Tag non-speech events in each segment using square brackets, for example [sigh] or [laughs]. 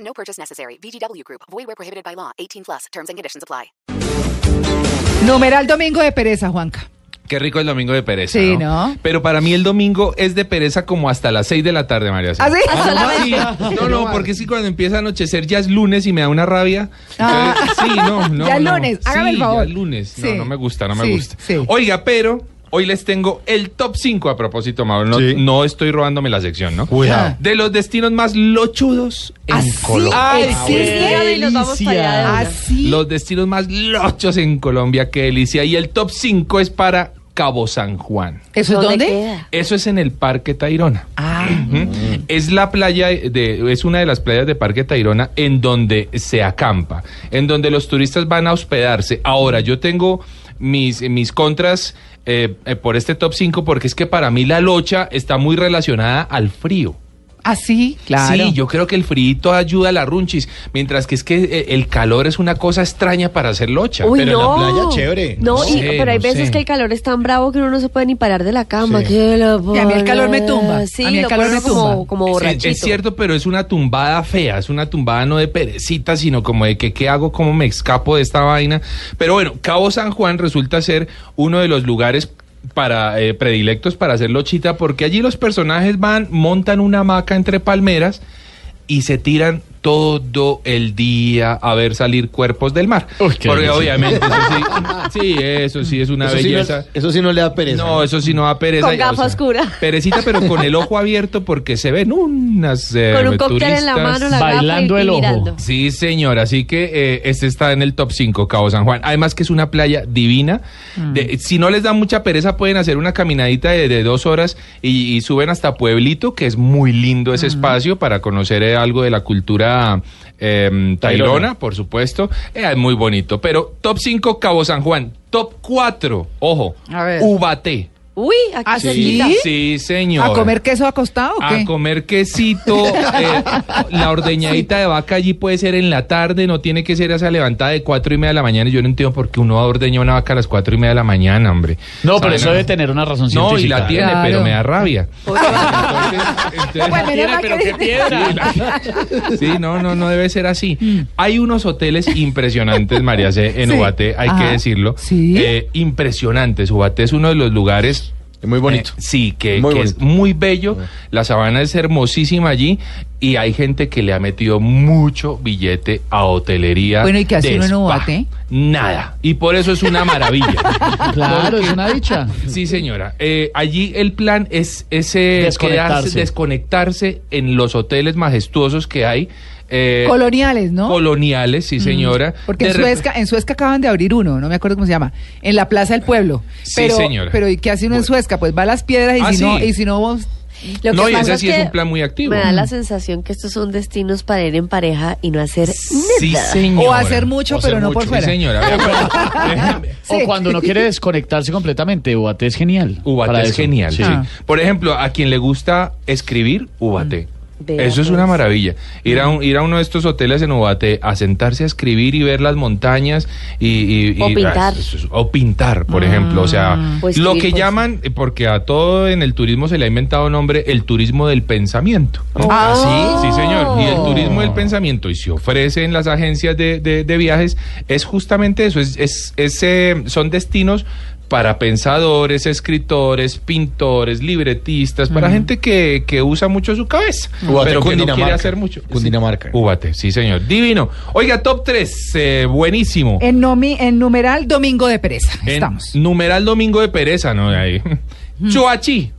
No purchase necessary. VGW Group. Void where prohibited by law. 18 plus. Terms and conditions apply. Numeral domingo de pereza, Juanca. Qué rico el domingo de pereza. Sí, ¿no? ¿no? Pero para mí el domingo es de pereza como hasta las 6 de la tarde, María. Clara. ¿Así? Ah, Sí, no, no, porque sí, cuando empieza a anochecer ya es lunes y me da una rabia. Entonces, sí, [laughs] no, no. Ah. Ya es no. lunes, Sí, hágame el favor. Ya es lunes. No, Sí. no me gusta, no me Sí, gusta. sí. Oiga, pero hoy les tengo el top 5 a propósito, Mauro. No, Sí. no estoy robándome la sección, ¿no? Ah. Cuidado. De los destinos más lochudos en ¿Así Colombia. existe? Y nos vamos para allá de una. Así. Los destinos más lochos en Colombia, qué delicia. Y el top 5 es para Cabo San Juan. ¿Eso es dónde? queda? Eso es en el Parque Tayrona. Ah, Ujú. Es la playa de, es una de las playas de Parque Tayrona en donde se acampa, en donde los turistas van a hospedarse. Ahora, yo tengo mis, mis contras eh, eh, por este top 5 porque es que para mí la locha está muy relacionada al frío. así, claro. Sí, yo creo que el frío ayuda a la runchis, mientras que es que eh, el calor es una cosa extraña para hacer locha. Uy, Pero en no. la playa, chévere. No, No y- sé, pero hay no veces sé. que el calor es tan bravo que uno no se puede ni parar de la cama. Sí. que la Y a mí el calor me tumba, Sí, a mí el lo calor pone me tumba. como, como Sí, borrachito. Es cierto, pero es una tumbada fea, es una tumbada no de perecita, sino como de que qué hago, cómo me escapo de esta vaina. Pero bueno, Cabo San Juan resulta ser uno de los lugares para eh, predilectos para hacer lochita, porque allí los personajes van, montan una hamaca entre palmeras y se tiran todo el día a ver salir cuerpos del mar. Uy, qué porque delicia. obviamente eso [laughs] sí, sí, eso sí es una eso, sí belleza. no, eso sí no le da pereza. No, eso sí no da pereza. Con ya, gafa oscura. Perecita, pero con el ojo abierto porque se ven unas eh, Con un cóctel en la turistas. mano, la bailando gafa y- y el ojo. mirando. Sí, señor. Así que eh, este está en el top 5, Cabo San Juan. Además que es una playa divina. Mm. De- si no les da mucha pereza, pueden hacer una caminadita de, de dos horas y, y suben hasta Pueblito, que es muy lindo Mm. ese espacio para conocer eh, algo de la cultura eh, tairona, Tairona. por supuesto. Eh, es muy bonito. Pero top 5, Cabo San Juan. Top 4, ojo, A ver. Ubaté. Uy, aquí ¿Ah, sí? cerquita. Sí, señor. ¿A comer queso acostado o qué? A [laughs] comer quesito, eh, la ordeñadita de vaca allí puede ser en la tarde, no tiene que ser esa levantada de cuatro y media de la mañana. Yo no entiendo por qué uno ordeña una vaca a las cuatro y media de la mañana, hombre. No, Esa pero eso vaina debe tener una razón No, y científica. la tiene, Claro. pero me da rabia. [laughs] Entonces, entonces- Bueno, pues, menos mal que dice- [laughs] Sí, la- [laughs] Sí, no, no, no debe ser así. Hay unos hoteles impresionantes, María C, en Mm. Sí. Ubaté, hay Ajá. que decirlo. Sí. Eh, impresionantes. Ubaté es uno de los lugares Es muy bonito. eh, sí, que, Muy que es bonito. muy bello. La sabana es hermosísima allí y hay gente que le ha metido mucho billete a hotelería. Bueno, ¿y qué hace de uno en spa. Ubaté? Nada. Y por eso es una [laughs] maravilla. [laughs] Claro, es una dicha. Sí, señora. Eh, allí el plan es ese Desconectarse. quedarse- desconectarse en los hoteles majestuosos que hay. eh, Coloniales, ¿no? Mm, Coloniales, sí, señora. Porque en De rep- Suezca, en Suezca acaban de abrir uno, no me acuerdo cómo se llama, en la Plaza del Pueblo. Sí, pero, señora. Pero ¿y qué hace uno en Suezca? Pues va a las piedras y Ah, si no, sí. y si no vos... Lo No, que y pasa ese sí es que un plan muy activo. Me da la sensación que estos son destinos para ir en pareja y no hacer Sí, nada. señora. O hacer mucho, O pero no por sí, fuera. señora. [laughs] eh, Déjame- Sí. O cuando uno quiere desconectarse completamente, Ubaté es genial. Ubate para es eso. genial. Sí. Ah. sí. Por ejemplo, a quien le gusta escribir, Ubate. Vea, Eso es una pues. maravilla. Ir a, un- ir a uno de estos hoteles en Ubate a sentarse a escribir y ver las montañas y... y- O y- pintar. Ah. ah, eso es- o pintar, por ejemplo. O sea, O escribir pues. lo que poesía. llaman, eh, porque a todo en el turismo se le ha inventado nombre, el turismo del pensamiento. Ah, Sí, señor. Y el Oh. turismo del pensamiento, y se ofrece en las agencias de, de- de viajes, es justamente eso. Es, es, es, eh, son destinos para pensadores, escritores, pintores, libretistas, para gente que, que usa mucho su cabeza, pero Ubate, que no quiere Cundinamarca. hacer mucho. Sí. Cundinamarca. Ubate, sí, señor. Divino. Oiga, top 3, buenísimo. En, nomi- en numeral, domingo de pereza. En Eh, Estamos. Numeral Domingo de Pereza, ¿no? Ahí. Choachí.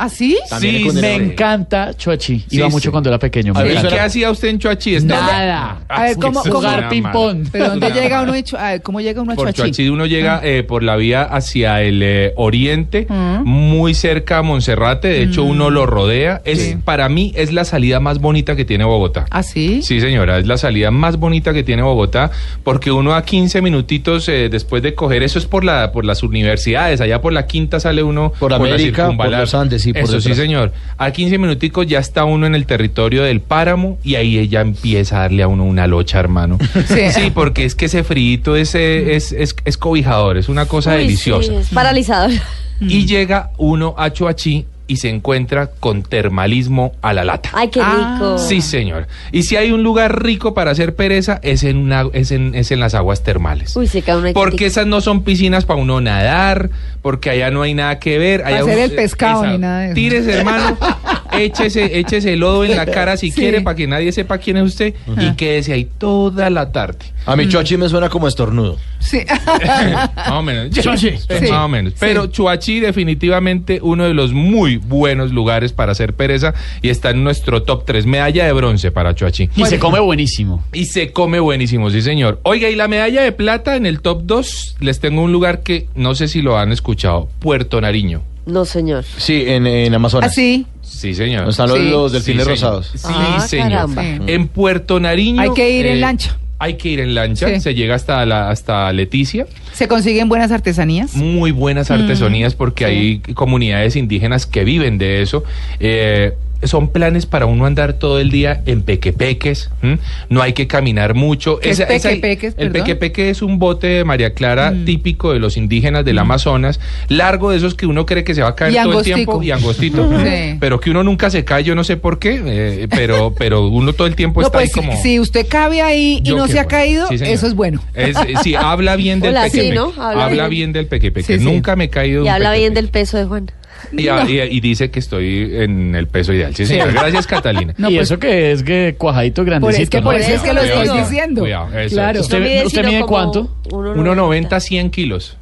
¿Ah, sí? También Sí, es sí. Me condenado. encanta Choachi. Sí, Iba sí. mucho cuando era pequeño. me A ver, ¿Y encanta. qué hacía usted en Choachi? Estaba- Nada. Ah, A ver, es que ¿cómo- eso es cómo- una Jugar ping-pong. mala. ¿Pero Es dónde una llega uno mala. de Cho- a ver, ¿Cómo llega uno a Por Choachí? Choachí uno llega eh, por la vía hacia el eh, oriente, muy cerca a Monserrate, de hecho uno lo rodea. Es Para mí es la salida más bonita que tiene Bogotá. ¿Ah, sí? Sí, señora, es la salida más bonita que tiene Bogotá, porque uno a 15 minutitos eh, después de coger, eso es por la por las universidades, allá por la quinta sale uno Por América, por circunvalar. los Andes, sí, por Eso sí, detrás. señor. A 15 minuticos ya está uno en el territorio del páramo y ahí ella empieza a darle a uno una locha, [laughs] hermano. Sí. Sí, porque es que ese frito es, eh, es, es, es cobijador, es una cosa Mm. Uy, deliciosa. sí, es Mm. paralizador. [laughs] Y llega uno a Choachí y se encuentra con termalismo a la lata. Ay, qué Ah, rico. Sí, señor. Y si hay un lugar rico para hacer pereza, es en, una, es en, es en las aguas termales. Uy, se cae una Porque esas no son piscinas para uno nadar, porque allá no hay nada que ver. allá hacer uno- el pescado ni nada de eso. Tírese, hermano, [laughs] échese, échese lodo en la cara si Sí. quiere, para que nadie sepa quién es usted, y quédese ahí toda la tarde. A mi Chochi me suena como estornudo. [laughs] Sí. Más o menos. Chuachi. Sí. Más o menos. Pero Chuachi definitivamente uno de los muy buenos lugares para hacer pereza y está en nuestro top 3. Medalla de bronce para Chuachi. Y se come buenísimo. Y se come buenísimo, sí señor. Oiga, y la medalla de plata en el top 2, les tengo un lugar que no sé si lo han escuchado, Puerto Nariño. No, señor. Sí, en, en Amazonas. Así. Sí, señor. Están los, Sí. los delfines Sí, señor. rosados. Sí, Ah, señor. caramba. Sí. En Puerto Nariño. eh, Hay que ir en lancha. Hay que ir en lancha. Sí. Se llega hasta, la, hasta Leticia. ¿Se consiguen buenas artesanías? Mm, Muy buenas artesanías porque hay comunidades indígenas que viven de eso. Eh, son planes para uno andar todo el día en pequepeques. ¿m? No hay que caminar mucho. ¿Qué es pequepeques, el perdón? Mm. pequepeque es un bote de María Clara típico de los indígenas del Amazonas. Largo de esos que uno cree que se va a caer Y todo angostico. el tiempo y angostito. [laughs] Sí. Pero que uno nunca se cae, yo no sé por qué. eh, pero, pero uno todo el tiempo no, está pues ahí si, como. si usted cabe ahí y Yo no qué se ha bueno. caído, Sí, señor. eso es bueno. Es- eh, sí, habla bien del Hola, sí, pequepeque. ¿no? Habla habla bien. bien. del pequepeque. Sí, sí. Nunca me he caído de Y un habla bien del pequepeque. peso de Juan. Y, [laughs] a- y- y dice que estoy en el peso ideal. Sí, señor. Gracias, Catalina. No, y pues- eso que es que cuajadito Por, grandecito. es que ¿no? por eso [laughs] es que lo Cuidado, estoy cuidado. diciendo. Cuidado, eso, claro. eso. ¿Usted- usted mide cuánto? 1,90, 100 kilos.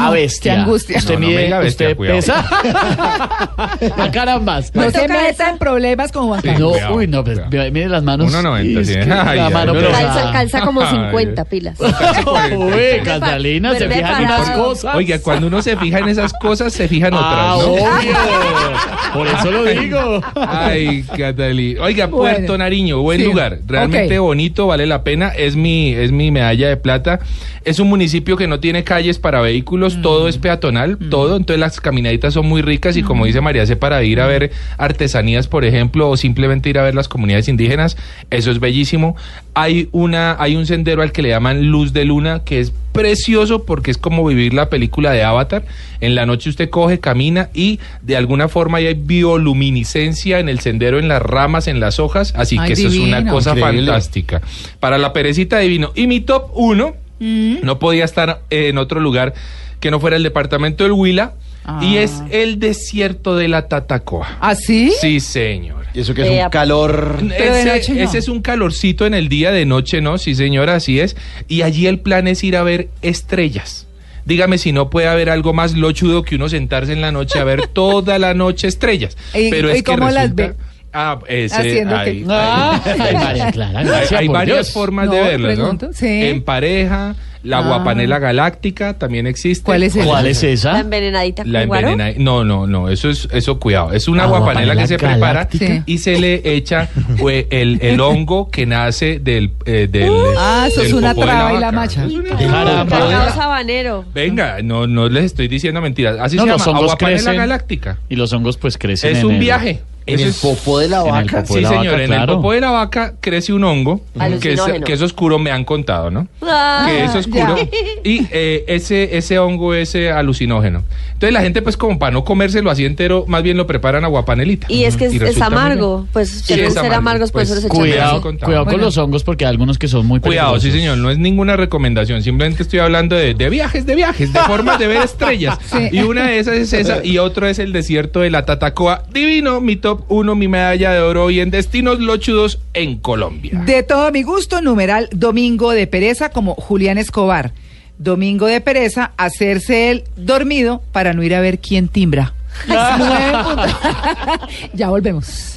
A bestia. Qué angustia. Usted No, no me mide, diga bestia, usted cuidado. pesa. [laughs] [laughs] a carambas. No se toca meta en problemas con Juan Pues, Sí, Carlos. No, cuidado, uy, no, pues, cuidado. mire las manos. 1.90, Es sí. que Ay, La ay, mano no. pesa. Calza, calza como Ay. ¿Ah? 50 pilas. Uy, Catalina, se Vuelve fijan en unas parado. cosas. Oiga, cuando uno se fija en esas cosas, se fijan Ah, otras, oh. ¿no? obvio. Por eso lo digo. Ay, Catalina. Oiga, Bueno. Puerto Nariño, buen Sí. lugar. Realmente Ok. bonito, vale la pena. Es mi, es mi medalla de plata. Es un municipio que no tiene calles para vehículos, Mm. todo es peatonal, todo. Entonces las caminaditas son muy ricas y como dice María C, para Mm. ir a ver artesanías, por ejemplo, o simplemente ir a ver las comunidades indígenas, eso es bellísimo. Hay una, hay un sendero al que le llaman Luz de Luna, que es precioso porque es como vivir la película de Avatar. En la noche usted coge, camina y de alguna forma ahí hay bioluminiscencia en el sendero, en las ramas, en las hojas. Así Ay, que eso es una divino. cosa Increíble. fantástica. Para la perecita divino. Y mi top uno Mm. no podía estar en otro lugar que no fuera el departamento del Huila. Y Ah. es el desierto de la Tatacoa. ¿Ah, sí? Sí, señor. Y eso que es Eh, un calor. Pero de ese, noche no. ese es un calorcito en el día, de noche no, sí señora, así es. Y allí el plan es ir a ver estrellas. Dígame si no puede haber algo más lochudo que uno sentarse en la noche [laughs] a ver toda la noche estrellas. ¿Y- Pero y es que cómo las resulta- ve? Ah, ese, Haciendo ahí, que- ahí. Ah, ay, María Clara, Hay, gracias hay por varias Dios. formas No, de verlas, ¿no? pregunto, sí. En pareja, la Ah. guapanela galáctica también existe. ¿Cuál es esa? ¿Cuál es La esa? envenenadita La con guaro. envenena- No, no, no, eso es, eso cuidado. Es una Agua guapanela que se panela prepara galáctica. y se le echa eh, el, el hongo que nace del. eh, del Ah, eso del es una popó de traba y la vaca. macha. Eso es una- Caramba. Cacao sabanero. Venga, no, no les estoy diciendo mentiras. Así No, se los llama hongos agua panela crecen. galáctica. Y los hongos pues crecen Es en un el- viaje. En Eso el es- popó de la en el vaca. Sí, popó. de la vaca, señor, en el claro. popó de la vaca crece un hongo que es, Alucinógeno. que es oscuro, me han contado, ¿no? Ah, que es oscuro ya. y eh, ese ese hongo es eh, alucinógeno. Entonces la gente pues como para no comérselo así entero, más bien lo preparan aguapanelita. Y es que es, es resulta muy amargo. bien. Pues Sí, deben es ser amargo, amargos, por pues, eso los echan Cuidado, Cuidado, así. cuidado con Bueno. los hongos porque hay algunos que son muy Cuidado, sí peligrosos. señor, no es ninguna recomendación, simplemente estoy hablando de, de viajes, de viajes, de formas de ver [laughs] estrellas. Sí. Y una de esas es esa y otro es el desierto de la Tatacoa. Divino, mi top 1, mi medalla de oro y en destinos lochudos en Colombia. De todo mi gusto, numeral Domingo de Pereza, como Julián Escobar. Domingo de Pereza, hacerse el dormido para no ir a ver quién timbra. Nueve puntos. [laughs] ya volvemos.